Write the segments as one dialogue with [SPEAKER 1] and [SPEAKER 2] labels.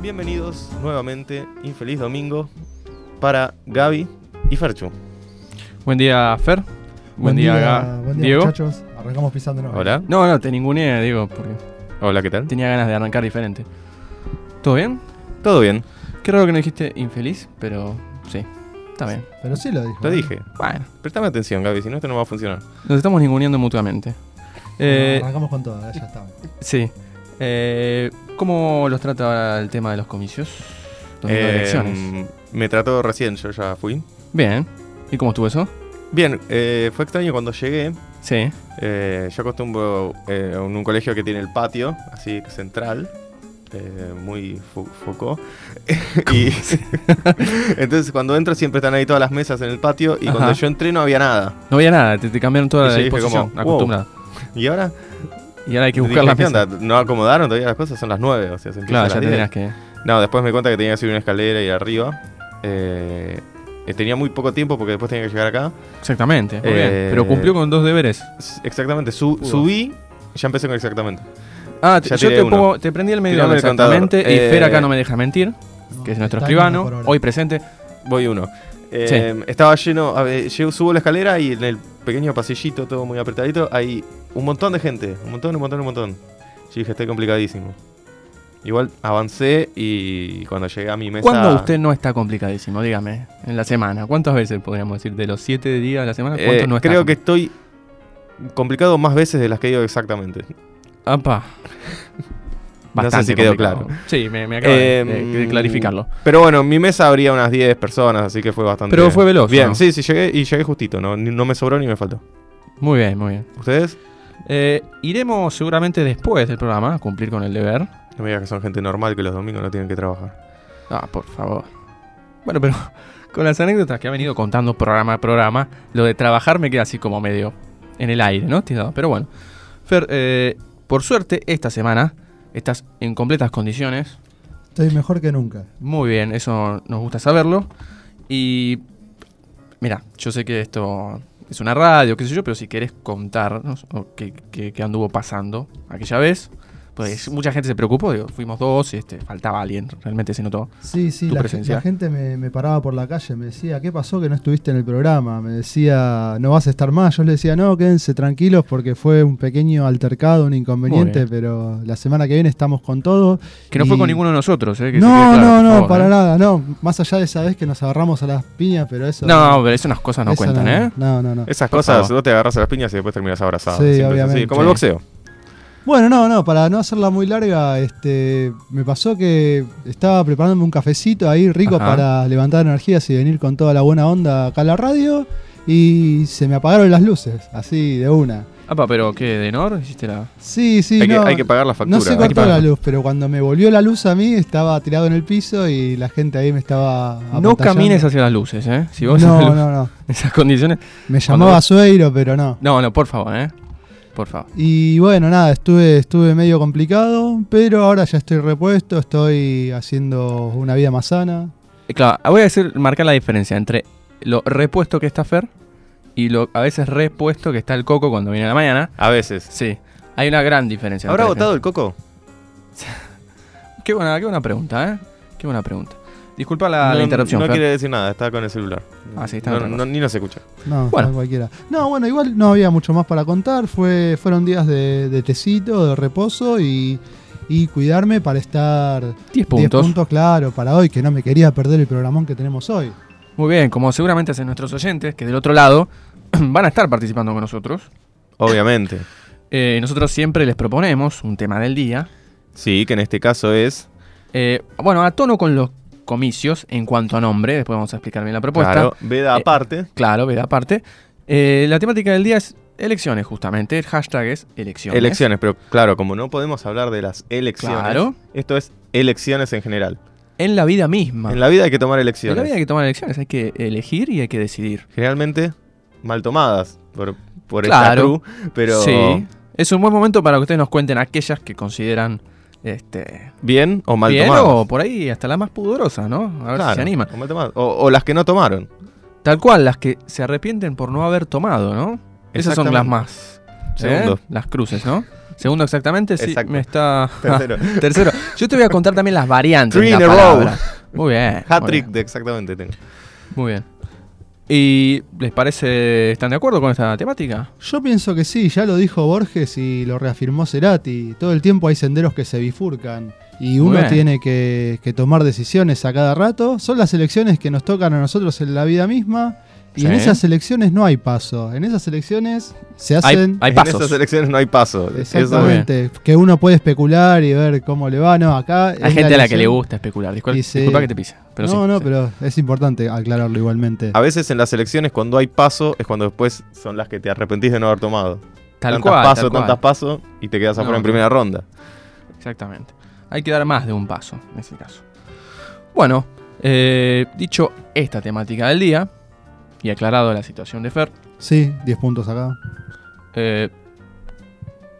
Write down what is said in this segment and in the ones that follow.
[SPEAKER 1] Bienvenidos nuevamente y feliz domingo para Gaby y Ferchu.
[SPEAKER 2] Buen día, Fer. Buen, día, Ga-
[SPEAKER 3] buen día,
[SPEAKER 2] Diego.
[SPEAKER 3] muchachos. Arrancamos pisándonos.
[SPEAKER 1] Hola.
[SPEAKER 2] No, no, te ninguneé, Diego, porque
[SPEAKER 1] Hola, ¿qué tal?
[SPEAKER 2] tenía ganas de arrancar diferente. ¿Todo bien?
[SPEAKER 1] Todo bien.
[SPEAKER 2] Qué raro que no dijiste infeliz, pero sí, está bien.
[SPEAKER 3] Pero sí lo dijo.
[SPEAKER 1] Lo
[SPEAKER 3] ¿eh?
[SPEAKER 1] dije.
[SPEAKER 2] Bueno,
[SPEAKER 1] Préstame atención, Gaby, si no, esto no va a funcionar.
[SPEAKER 2] nos estamos ninguneando mutuamente. Eh,
[SPEAKER 3] Bueno, arrancamos con todo, ya estamos.
[SPEAKER 2] sí. Eh, ¿Cómo los trata ahora el tema de los comicios? Los
[SPEAKER 1] Eh,
[SPEAKER 2] elecciones.
[SPEAKER 1] me trató recién, yo ya fui.
[SPEAKER 2] Bien. ¿Y cómo estuvo eso?
[SPEAKER 1] Bien, eh, fue extraño cuando llegué.
[SPEAKER 2] Sí.
[SPEAKER 1] eh, yo acostumbro eh, en un colegio que tiene el patio, así central, eh, muy Fou- Foucault. y entonces cuando entro siempre están ahí todas las mesas en el patio y
[SPEAKER 2] Ajá.
[SPEAKER 1] cuando yo entré no había nada.
[SPEAKER 2] No había nada, te, te cambiaron toda
[SPEAKER 1] Y
[SPEAKER 2] la
[SPEAKER 1] yo dije
[SPEAKER 2] disposición,
[SPEAKER 1] como,
[SPEAKER 2] acostumbrada.
[SPEAKER 1] Y ahora
[SPEAKER 2] Y ahora hay que
[SPEAKER 1] Dije,
[SPEAKER 2] buscar la
[SPEAKER 1] "¿Qué
[SPEAKER 2] mesa.
[SPEAKER 1] onda? No acomodaron todavía las cosas, son las 9, o sea, se empieza a
[SPEAKER 2] Claro,
[SPEAKER 1] las
[SPEAKER 2] ya
[SPEAKER 1] 10.
[SPEAKER 2] tenías que...
[SPEAKER 1] No, después me di cuenta que tenía que subir una escalera y ir arriba. Eh, eh, tenía muy poco tiempo porque después tenía que llegar acá.
[SPEAKER 2] Exactamente, muy bien.
[SPEAKER 1] Eh,
[SPEAKER 2] Pero cumplió con dos deberes.
[SPEAKER 1] S- Exactamente, su-
[SPEAKER 2] Pudo.
[SPEAKER 1] subí, ya empecé con exactamente.
[SPEAKER 2] Ah, te-
[SPEAKER 1] Ya
[SPEAKER 2] yo
[SPEAKER 1] tiré
[SPEAKER 2] te,
[SPEAKER 1] uno.
[SPEAKER 2] pongo- te prendí el medidor
[SPEAKER 1] Tirame el
[SPEAKER 2] exactamente.
[SPEAKER 1] contador.
[SPEAKER 2] Y
[SPEAKER 1] Eh,
[SPEAKER 2] Fer acá no me deja mentir, que es nuestro
[SPEAKER 3] Está
[SPEAKER 2] escribano,
[SPEAKER 3] por ahora.
[SPEAKER 2] hoy presente.
[SPEAKER 1] Voy uno. Eh, Estaba lleno, a ver, llego- subo la escalera y en el pequeño pasillito, todo muy apretadito, hay un montón de gente. Un montón, un montón, un montón. Yo dije, estoy complicadísimo. Igual avancé y cuando llegué a mi mesa...
[SPEAKER 2] ¿Cuándo usted no está complicadísimo? Dígame, en la semana. ¿Cuántas veces podríamos decir? De los siete días de la semana, ¿cuántos
[SPEAKER 1] Eh,
[SPEAKER 2] no está?
[SPEAKER 1] creo que estoy complicado más veces de las que digo exactamente.
[SPEAKER 2] Apa.
[SPEAKER 1] No sé si quedó
[SPEAKER 2] complicado. Sí, me, me acaba de- de,
[SPEAKER 1] Em,
[SPEAKER 2] de clarificarlo.
[SPEAKER 1] Pero bueno, en mi mesa habría unas 10 personas, así que fue bastante.
[SPEAKER 2] Pero fue veloz,
[SPEAKER 1] Bien,
[SPEAKER 2] ¿no?
[SPEAKER 1] sí, sí, llegué y llegué justito, no, ni- no me sobró ni me faltó.
[SPEAKER 2] Muy bien, muy bien.
[SPEAKER 1] ¿Ustedes?
[SPEAKER 2] Eh, iremos seguramente después del programa a cumplir con el deber.
[SPEAKER 1] No me digas que son gente normal que los domingos no tienen que trabajar.
[SPEAKER 2] Ah, por favor. Bueno, pero con las anécdotas que ha venido contando programa a programa, lo de trabajar me queda así como medio en el aire, ¿no? Tirado. Pero bueno. Fer, eh, por suerte, esta semana estás en completas condiciones.
[SPEAKER 3] Estoy mejor que nunca.
[SPEAKER 2] Muy bien, eso nos gusta saberlo. Y. Mira, yo sé que esto es una radio, qué sé yo, pero si querés contarnos o qué, qué- qué anduvo pasando aquella vez, pues mucha gente se preocupó, digo, fuimos dos, este, faltaba alguien, realmente se notó.
[SPEAKER 3] Sí, sí,
[SPEAKER 2] Tu
[SPEAKER 3] la,
[SPEAKER 2] presencia.
[SPEAKER 3] la gente me, me paraba por la calle, me decía, ¿qué pasó que no estuviste en el programa? Me decía, no vas a estar más. Yo le decía, no, quédense tranquilos porque fue un pequeño altercado, un inconveniente,
[SPEAKER 2] bien.
[SPEAKER 3] pero la semana que viene estamos con todo.
[SPEAKER 2] Que no fue
[SPEAKER 3] Y-
[SPEAKER 2] con ninguno de nosotros, ¿eh? que se quede
[SPEAKER 3] No,
[SPEAKER 2] claro,
[SPEAKER 3] no,
[SPEAKER 2] por
[SPEAKER 3] no,
[SPEAKER 2] favor,
[SPEAKER 3] para
[SPEAKER 2] ¿eh?
[SPEAKER 3] nada, no. Más allá de esa vez que nos agarramos a las piñas, pero eso...
[SPEAKER 2] No, pero esas cosas no
[SPEAKER 3] eso
[SPEAKER 2] cuentan, ¿eh?
[SPEAKER 3] No, no, no.
[SPEAKER 1] Esas
[SPEAKER 2] Por
[SPEAKER 1] cosas,
[SPEAKER 2] favor.
[SPEAKER 1] vos te agarras a las piñas y después terminas abrazado.
[SPEAKER 3] Sí,
[SPEAKER 1] Siempre es así,
[SPEAKER 3] obviamente.
[SPEAKER 1] como el
[SPEAKER 2] Sí.
[SPEAKER 1] boxeo.
[SPEAKER 3] Bueno, no, no, para no hacerla muy larga, este, me pasó que estaba preparándome un cafecito ahí rico
[SPEAKER 2] Ajá.
[SPEAKER 3] para levantar energías y venir con toda la buena onda acá a la radio y se me apagaron las luces, así de una.
[SPEAKER 2] Apa, pero ¿qué? ¿De Nor? ¿Hiciste la...?
[SPEAKER 3] Sí, sí,
[SPEAKER 1] hay,
[SPEAKER 3] no.
[SPEAKER 1] que, hay que pagar la factura.
[SPEAKER 3] no se
[SPEAKER 2] hay que
[SPEAKER 3] cortó
[SPEAKER 2] pagar.
[SPEAKER 3] la luz, pero cuando me volvió la luz a mí estaba tirado en el piso y la gente ahí me estaba
[SPEAKER 2] No
[SPEAKER 3] apantallando.
[SPEAKER 2] camines hacia las luces, ¿eh? Si vos
[SPEAKER 3] Ah, No,
[SPEAKER 2] en
[SPEAKER 3] no, no.
[SPEAKER 2] esas condiciones...
[SPEAKER 3] Me
[SPEAKER 2] Cuando
[SPEAKER 3] llamaba
[SPEAKER 2] vos-
[SPEAKER 3] Sueiro, pero no.
[SPEAKER 2] No, no, por favor, ¿eh? Por favor.
[SPEAKER 3] Y bueno, nada, estuve, estuve medio complicado, pero ahora ya estoy repuesto, estoy haciendo una vida más sana.
[SPEAKER 2] Eh, Claro, voy a decir, marcar la diferencia entre lo repuesto que está Fer y lo a veces repuesto que está el Coco cuando viene a la mañana.
[SPEAKER 1] A veces.
[SPEAKER 2] Sí, hay una gran diferencia.
[SPEAKER 1] ¿Habrá
[SPEAKER 2] entre-
[SPEAKER 1] votado el coco?
[SPEAKER 2] Qué buena, qué buena pregunta, ¿eh? Qué buena pregunta. Disculpa Ah, la, la
[SPEAKER 1] no,
[SPEAKER 2] interrupción,
[SPEAKER 1] No
[SPEAKER 2] Fer.
[SPEAKER 1] quiere decir nada, está con el celular.
[SPEAKER 2] Ah, sí, está
[SPEAKER 1] No,
[SPEAKER 2] otra
[SPEAKER 1] no-
[SPEAKER 2] cosa.
[SPEAKER 1] ni nos escucha.
[SPEAKER 3] No,
[SPEAKER 2] Bueno.
[SPEAKER 3] no cualquiera. No, bueno, igual no había mucho más para contar. Fue, fueron días de, de tecito, de reposo y, y cuidarme para estar
[SPEAKER 2] 10
[SPEAKER 3] 10
[SPEAKER 2] puntos.
[SPEAKER 3] puntos, claro, para hoy, que no me quería perder el programón que tenemos hoy.
[SPEAKER 2] Muy bien, como seguramente hacen nuestros oyentes, que del otro lado van a estar participando con nosotros.
[SPEAKER 1] Obviamente.
[SPEAKER 2] eh, nosotros siempre les proponemos un tema del día.
[SPEAKER 1] Sí, que en este caso es.
[SPEAKER 2] Eh, bueno, a tono con los comicios en cuanto a nombre, después vamos a explicar bien la propuesta.
[SPEAKER 1] Claro, veda
[SPEAKER 2] Eh,
[SPEAKER 1] aparte.
[SPEAKER 2] Claro, veda aparte. Eh, la temática del día es elecciones, justamente. El hashtag es elecciones.
[SPEAKER 1] Elecciones, pero claro, como no podemos hablar de las elecciones,
[SPEAKER 2] Claro.
[SPEAKER 1] esto es elecciones en general.
[SPEAKER 2] En la vida misma.
[SPEAKER 1] En la vida hay que tomar
[SPEAKER 2] En la
[SPEAKER 1] elecciones.
[SPEAKER 2] vida hay que tomar elecciones, hay que elegir y hay que decidir.
[SPEAKER 1] Generalmente mal tomadas por, por
[SPEAKER 2] Claro.
[SPEAKER 1] esta crew, pero
[SPEAKER 2] Sí. Es un buen momento para que ustedes nos cuenten aquellas que consideran este,
[SPEAKER 1] bien o mal
[SPEAKER 2] bien
[SPEAKER 1] tomadas.
[SPEAKER 2] o por ahí hasta la más pudorosa, ¿no? A ver
[SPEAKER 1] Claro,
[SPEAKER 2] si se anima.
[SPEAKER 1] O, mal tomadas. O- o las que no tomaron.
[SPEAKER 2] Tal cual, las que se arrepienten por no haber tomado, ¿no? Esas son las
[SPEAKER 1] Exactamente.
[SPEAKER 2] más. ¿eh?
[SPEAKER 1] Segundo.
[SPEAKER 2] Las cruces, ¿no? Segundo exactamente, sí,
[SPEAKER 1] Exacto.
[SPEAKER 2] me está...
[SPEAKER 1] Tercero.
[SPEAKER 2] Tercero. Yo te voy a contar también las variantes
[SPEAKER 1] Three
[SPEAKER 2] de la
[SPEAKER 1] in a row.
[SPEAKER 2] palabra. Muy bien.
[SPEAKER 1] Hat
[SPEAKER 2] muy
[SPEAKER 1] trick
[SPEAKER 2] bien,
[SPEAKER 1] de exactamente tengo.
[SPEAKER 2] Muy bien. ¿Y les parece, están de acuerdo con esta temática?
[SPEAKER 3] Yo pienso que sí, ya lo dijo Borges y lo reafirmó Cerati. Todo el tiempo hay senderos que se bifurcan y
[SPEAKER 2] Muy
[SPEAKER 3] uno
[SPEAKER 2] bien.
[SPEAKER 3] tiene que, que tomar decisiones a cada rato. Son las elecciones que nos tocan a nosotros en la vida misma y en
[SPEAKER 2] Sí.
[SPEAKER 3] esas elecciones no hay paso. En esas elecciones se
[SPEAKER 2] Hay-
[SPEAKER 3] hacen...
[SPEAKER 2] hay
[SPEAKER 1] En esas
[SPEAKER 2] pasos.
[SPEAKER 1] elecciones no hay paso. Eso-
[SPEAKER 3] Exactamente, que uno puede especular y ver cómo le va, no, acá... es
[SPEAKER 2] Hay gente a la que le
[SPEAKER 3] elección-
[SPEAKER 2] gusta especular. Discul-
[SPEAKER 3] Y sí.
[SPEAKER 2] Disculpa que te pise. Pero
[SPEAKER 3] no,
[SPEAKER 2] sí,
[SPEAKER 3] no,
[SPEAKER 2] sí.
[SPEAKER 3] pero es importante aclararlo igualmente.
[SPEAKER 1] a veces en las elecciones cuando hay paso es cuando después son las que te arrepentís de no haber tomado.
[SPEAKER 2] Tal
[SPEAKER 1] tantas
[SPEAKER 2] cual,
[SPEAKER 1] paso,
[SPEAKER 2] tal cual.
[SPEAKER 1] tantas paso y te quedas afuera
[SPEAKER 2] No,
[SPEAKER 1] en
[SPEAKER 2] no.
[SPEAKER 1] primera ronda.
[SPEAKER 2] Exactamente. Hay que dar más de un paso, en ese caso. Bueno, eh, dicho esta temática del día, y aclarado la situación de Fer,
[SPEAKER 3] Sí, 10 puntos acá.
[SPEAKER 2] eh,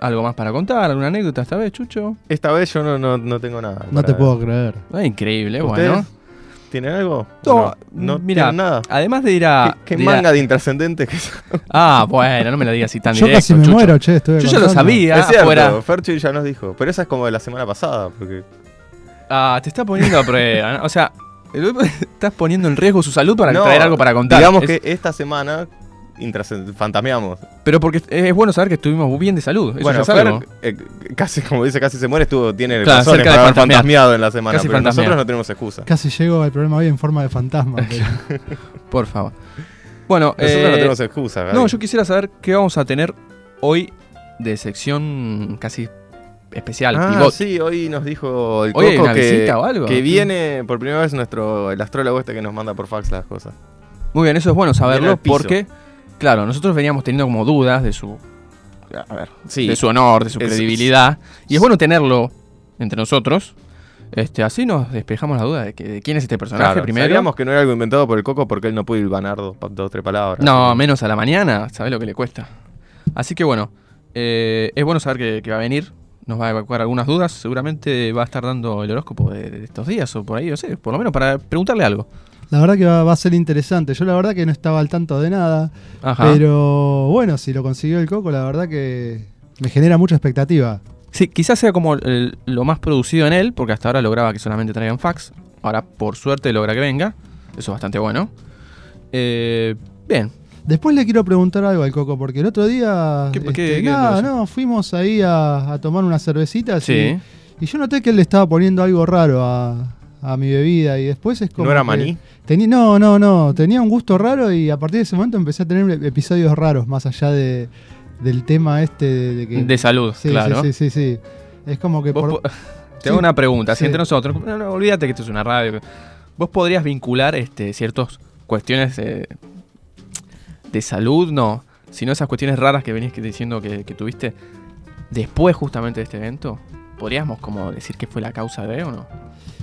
[SPEAKER 2] ¿algo más para contar? ¿Alguna anécdota esta vez, Chucho?
[SPEAKER 1] Esta vez yo no, no, no tengo nada.
[SPEAKER 3] No
[SPEAKER 1] para-
[SPEAKER 3] te puedo creer.
[SPEAKER 2] Ah, increíble,
[SPEAKER 1] ¿Ustedes
[SPEAKER 2] bueno.
[SPEAKER 1] ¿Tienen algo?
[SPEAKER 2] No, ah,
[SPEAKER 1] ¿O no, no
[SPEAKER 2] mira,
[SPEAKER 1] tienen nada.
[SPEAKER 2] Además de ir a...
[SPEAKER 1] ¿Qué, qué
[SPEAKER 2] de ir a-
[SPEAKER 1] manga de intrascendente que son?
[SPEAKER 2] Ah, bueno, no me la digas así tan
[SPEAKER 3] Yo
[SPEAKER 2] directo,
[SPEAKER 3] casi me
[SPEAKER 2] Chucho.
[SPEAKER 3] muero, che, estoy
[SPEAKER 2] Yo ya lo
[SPEAKER 3] contando.
[SPEAKER 2] sabía,
[SPEAKER 1] es cierto,
[SPEAKER 2] afuera.
[SPEAKER 1] Ferchi ya nos dijo. Pero esa es como de la semana pasada. Porque
[SPEAKER 2] Ah, te está poniendo a prueba, ¿no? O sea, estás poniendo en riesgo su salud para
[SPEAKER 1] No,
[SPEAKER 2] traer algo para contar.
[SPEAKER 1] digamos
[SPEAKER 2] Es-
[SPEAKER 1] que esta semana intrascend- fantameamos.
[SPEAKER 2] Pero porque es, es bueno saber que estuvimos bien de salud. Eso ya
[SPEAKER 1] bueno,
[SPEAKER 2] es algo.
[SPEAKER 1] Fer, eh, casi como dice, casi se muere, estuvo, tiene
[SPEAKER 2] Claro,
[SPEAKER 1] razones
[SPEAKER 2] cerca
[SPEAKER 1] para
[SPEAKER 2] de
[SPEAKER 1] haber
[SPEAKER 2] fantamear.
[SPEAKER 1] fantasmeado en la semana.
[SPEAKER 2] Casi
[SPEAKER 1] pero
[SPEAKER 2] fantasmear.
[SPEAKER 1] nosotros no tenemos excusa.
[SPEAKER 3] Casi llego al programa hoy en forma de fantasma. pero-
[SPEAKER 2] Por favor. Bueno,
[SPEAKER 1] Nosotros no
[SPEAKER 2] eh,
[SPEAKER 1] tenemos excusa. Gaby.
[SPEAKER 2] no, yo quisiera saber qué vamos a tener hoy de sección casi especial,
[SPEAKER 1] Ah,
[SPEAKER 2] pivot.
[SPEAKER 1] sí, hoy nos dijo el
[SPEAKER 2] Hoy hay
[SPEAKER 1] Coco
[SPEAKER 2] una
[SPEAKER 1] que,
[SPEAKER 2] visita o algo.
[SPEAKER 1] que viene por primera vez nuestro el astrólogo este que nos manda por fax las cosas.
[SPEAKER 2] Muy bien, eso es bueno
[SPEAKER 1] Viene
[SPEAKER 2] saberlo
[SPEAKER 1] al piso.
[SPEAKER 2] porque, claro, nosotros veníamos teniendo como dudas de su, a ver,
[SPEAKER 1] Sí.
[SPEAKER 2] de su honor, de su
[SPEAKER 1] Es-
[SPEAKER 2] credibilidad. Y es bueno tenerlo entre nosotros. Este, así nos despejamos la duda de, que, de quién es este personaje
[SPEAKER 1] Claro,
[SPEAKER 2] primero.
[SPEAKER 1] Sabíamos que no era algo inventado por el Coco porque él no pudo hilvanar dos, pa- dos tres palabras.
[SPEAKER 2] No, menos a la mañana, ¿sabes lo que le cuesta? Así que bueno, eh, es bueno saber que, que va a venir, nos va a evacuar algunas dudas, seguramente va a estar dando el horóscopo de, de estos días o por ahí, no sé, por lo menos para preguntarle algo.
[SPEAKER 3] La verdad que va, va a ser interesante. Yo la verdad que no estaba al tanto de nada.
[SPEAKER 2] Ajá.
[SPEAKER 3] Pero bueno, si lo consiguió el Coco, la verdad que me genera mucha expectativa.
[SPEAKER 2] Sí, quizás sea como el- lo más producido en él, porque hasta ahora lograba que solamente traigan fax, ahora por suerte logra que venga, eso es bastante bueno. Eh, bien,
[SPEAKER 3] Después le quiero preguntar algo al Coco, porque el otro día. este,
[SPEAKER 2] ¿Qué- qué- qué-
[SPEAKER 3] nada,
[SPEAKER 2] qué-
[SPEAKER 3] no, fuimos ahí a, a tomar unas cervecitas
[SPEAKER 2] sí.
[SPEAKER 3] y, y yo noté que él le estaba poniendo algo raro a, a mi bebida y después es como.
[SPEAKER 1] ¿No era
[SPEAKER 3] que
[SPEAKER 1] maní?
[SPEAKER 3] teni- no, no, no. Tenía un gusto raro y a partir de ese momento empecé a tener episodios raros más allá de, del tema este de, de que.
[SPEAKER 2] De salud,
[SPEAKER 3] sí,
[SPEAKER 2] claro.
[SPEAKER 3] sí, sí, sí, sí. Es como que
[SPEAKER 2] Vos
[SPEAKER 3] por,
[SPEAKER 2] po- Te hago
[SPEAKER 3] Sí,
[SPEAKER 2] una pregunta, así
[SPEAKER 3] sí.
[SPEAKER 2] entre nosotros. No, no, olvídate que esto es una radio. que- ¿Vos podrías vincular este, ciertas cuestiones eh, de salud? No, sino esas cuestiones raras que venís que- diciendo que, que tuviste después justamente de este evento. ¿Podríamos como decir que fue la causa de o no?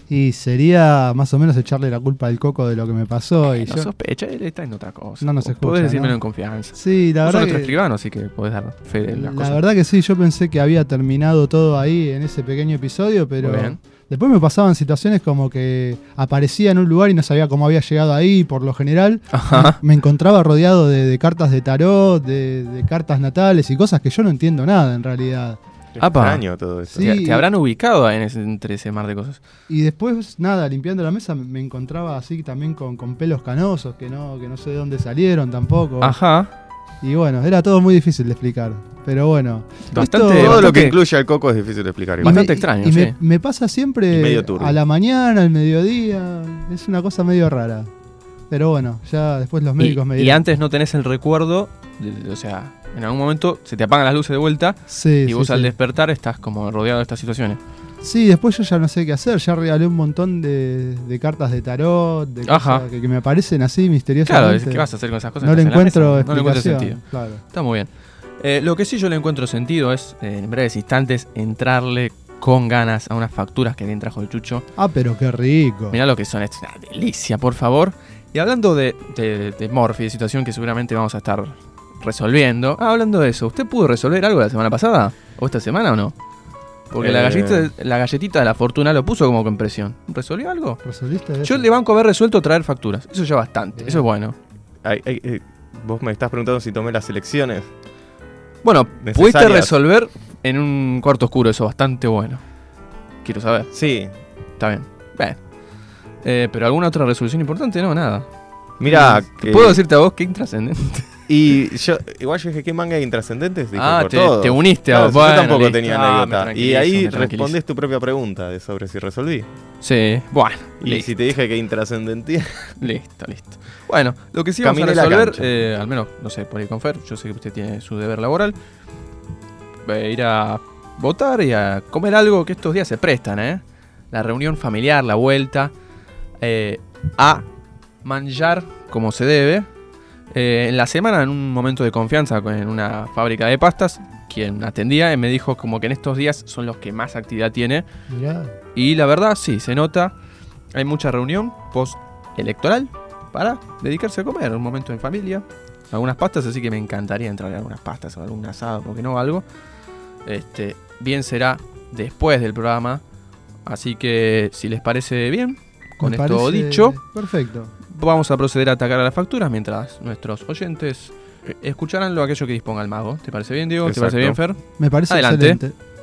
[SPEAKER 3] Y sería más o menos echarle la culpa al coco de lo que me pasó. Y
[SPEAKER 2] no
[SPEAKER 3] yo-
[SPEAKER 2] sospecha, él está en otra cosa.
[SPEAKER 3] No nos
[SPEAKER 2] Vos
[SPEAKER 3] escucha,
[SPEAKER 2] Podés decírmelo
[SPEAKER 3] ¿no?
[SPEAKER 2] en confianza.
[SPEAKER 3] Sí, la
[SPEAKER 2] Vos sos
[SPEAKER 3] verdad,
[SPEAKER 2] nuestro
[SPEAKER 3] que,
[SPEAKER 2] escribano, así que podés dar fe de las
[SPEAKER 3] la
[SPEAKER 2] cosas.
[SPEAKER 3] verdad que sí, yo pensé que había terminado todo ahí en ese pequeño episodio, pero
[SPEAKER 2] Muy bien.
[SPEAKER 3] después me pasaban situaciones como que aparecía en un lugar y no sabía cómo había llegado ahí, por lo general.
[SPEAKER 2] Ajá.
[SPEAKER 3] Me encontraba rodeado de, de cartas de tarot, de, de cartas natales y cosas que yo no entiendo nada en realidad.
[SPEAKER 1] Qué
[SPEAKER 2] Apa.
[SPEAKER 1] Extraño todo eso.
[SPEAKER 3] Sí.
[SPEAKER 2] Te, te habrán ubicado en ese, entre ese mar de cosas.
[SPEAKER 3] Y después, nada, limpiando la mesa me encontraba así también con, con pelos canosos que no, que no sé de dónde salieron tampoco.
[SPEAKER 2] Ajá.
[SPEAKER 3] Y bueno, era todo muy difícil de explicar. Pero bueno.
[SPEAKER 2] Bastante,
[SPEAKER 1] Todo lo
[SPEAKER 2] bastante-
[SPEAKER 1] que incluye al Coco es difícil de explicar.
[SPEAKER 3] Y
[SPEAKER 1] igual.
[SPEAKER 2] Bastante
[SPEAKER 3] me-
[SPEAKER 2] extraño,
[SPEAKER 3] Y
[SPEAKER 2] sí.
[SPEAKER 3] me, me pasa
[SPEAKER 1] Y
[SPEAKER 3] siempre
[SPEAKER 1] medio turbio.
[SPEAKER 3] a la mañana, al mediodía. Es una cosa medio rara. Pero bueno, ya después los
[SPEAKER 2] Y,
[SPEAKER 3] médicos me
[SPEAKER 2] y
[SPEAKER 3] dirán.
[SPEAKER 2] antes no tenés el recuerdo, de- de- o sea, en algún momento se te apagan las luces de vuelta
[SPEAKER 3] Sí,
[SPEAKER 2] y
[SPEAKER 3] sí,
[SPEAKER 2] vos al
[SPEAKER 3] sí.
[SPEAKER 2] despertar estás como rodeado de estas situaciones.
[SPEAKER 3] Sí, después yo ya no sé qué hacer. Ya regalé un montón de, de cartas de tarot, de
[SPEAKER 2] Ajá.
[SPEAKER 3] cosas que, que me aparecen así misteriosamente.
[SPEAKER 2] Claro, es- ¿qué vas a hacer con esas cosas?
[SPEAKER 3] No le
[SPEAKER 2] ¿Estás en la
[SPEAKER 3] encuentro
[SPEAKER 2] mesa?
[SPEAKER 3] explicación.
[SPEAKER 2] no le encuentro sentido.
[SPEAKER 3] Claro.
[SPEAKER 2] Está muy bien. Eh, lo que sí yo le encuentro sentido es, eh, en breves instantes, entrarle con ganas a unas facturas que bien trajo el Chucho.
[SPEAKER 3] Ah, pero qué rico.
[SPEAKER 2] Mirá lo que son, es una delicia, por favor. Y hablando de, de, de Morphy, de situación que seguramente vamos a estar resolviendo. Ah, hablando de eso, ¿usted pudo resolver algo la semana pasada? ¿O esta semana o no? Porque la,
[SPEAKER 1] Eh.
[SPEAKER 2] galletita, la galletita de la fortuna lo puso como con presión. ¿Resolvió algo?
[SPEAKER 3] ¿Resolviste
[SPEAKER 2] Yo
[SPEAKER 3] eso?
[SPEAKER 2] le banco haber resuelto traer facturas. Eso ya bastante.
[SPEAKER 3] Bien.
[SPEAKER 2] Eso es bueno.
[SPEAKER 1] Ay, ay, eh, vos me estás preguntando si tomé las elecciones.
[SPEAKER 2] Bueno,
[SPEAKER 1] Necesarias.
[SPEAKER 2] pudiste resolver en un cuarto oscuro, eso bastante bueno. Quiero saber.
[SPEAKER 1] Sí.
[SPEAKER 2] Está bien. Bien. Eh, pero alguna otra resolución importante, no, nada.
[SPEAKER 1] Mira,
[SPEAKER 2] ¿Te Puedo decirte a vos que intrascendente.
[SPEAKER 1] Y yo, igual yo dije, ¿qué manga de intrascendentes? Dijo,
[SPEAKER 2] ah,
[SPEAKER 1] por
[SPEAKER 2] te,
[SPEAKER 1] todo.
[SPEAKER 2] te uniste a
[SPEAKER 1] Claro,
[SPEAKER 2] vos.
[SPEAKER 1] yo
[SPEAKER 2] Bueno,
[SPEAKER 1] tampoco
[SPEAKER 2] listo.
[SPEAKER 1] tenía
[SPEAKER 2] Ah, me
[SPEAKER 1] anécdota. Y
[SPEAKER 2] tranquilizo,
[SPEAKER 1] ahí
[SPEAKER 2] me tranquilizo.
[SPEAKER 1] respondes tu propia pregunta de sobre si resolví.
[SPEAKER 2] Sí, bueno.
[SPEAKER 1] Y
[SPEAKER 2] listo.
[SPEAKER 1] si te dije que intrascendentía.
[SPEAKER 2] Listo, listo. Bueno, lo que sí vamos
[SPEAKER 1] Caminé la
[SPEAKER 2] a resolver,
[SPEAKER 1] cancha.
[SPEAKER 2] eh, al menos, no sé, por ahí con Fer, yo sé que usted tiene su deber laboral, eh, ir a votar y a comer algo que estos días se prestan, ¿eh? La reunión familiar, la vuelta, eh, a manjar como se debe. Eh, en la semana, en un momento de confianza con- en una fábrica de pastas, quien atendía eh, me dijo como que en estos días son los que más actividad tiene.
[SPEAKER 3] Mirá,
[SPEAKER 2] Y la verdad, sí, se nota. Hay mucha reunión post-electoral para dedicarse a comer. Un momento en familia. Algunas pastas, así que me encantaría entrar en algunas pastas o algún asado, porque no algo. Este, bien será después del programa. Así que, si les parece bien, con
[SPEAKER 3] me
[SPEAKER 2] esto
[SPEAKER 3] parece
[SPEAKER 2] dicho,
[SPEAKER 3] Perfecto.
[SPEAKER 2] vamos a proceder a atacar a las facturas mientras nuestros oyentes escucharán lo aquello que disponga el mago. ¿Te parece bien, Diego? ¿Te parece bien,
[SPEAKER 1] Exacto.
[SPEAKER 2] Fer?
[SPEAKER 3] Me parece
[SPEAKER 2] Adelante.
[SPEAKER 3] excelente.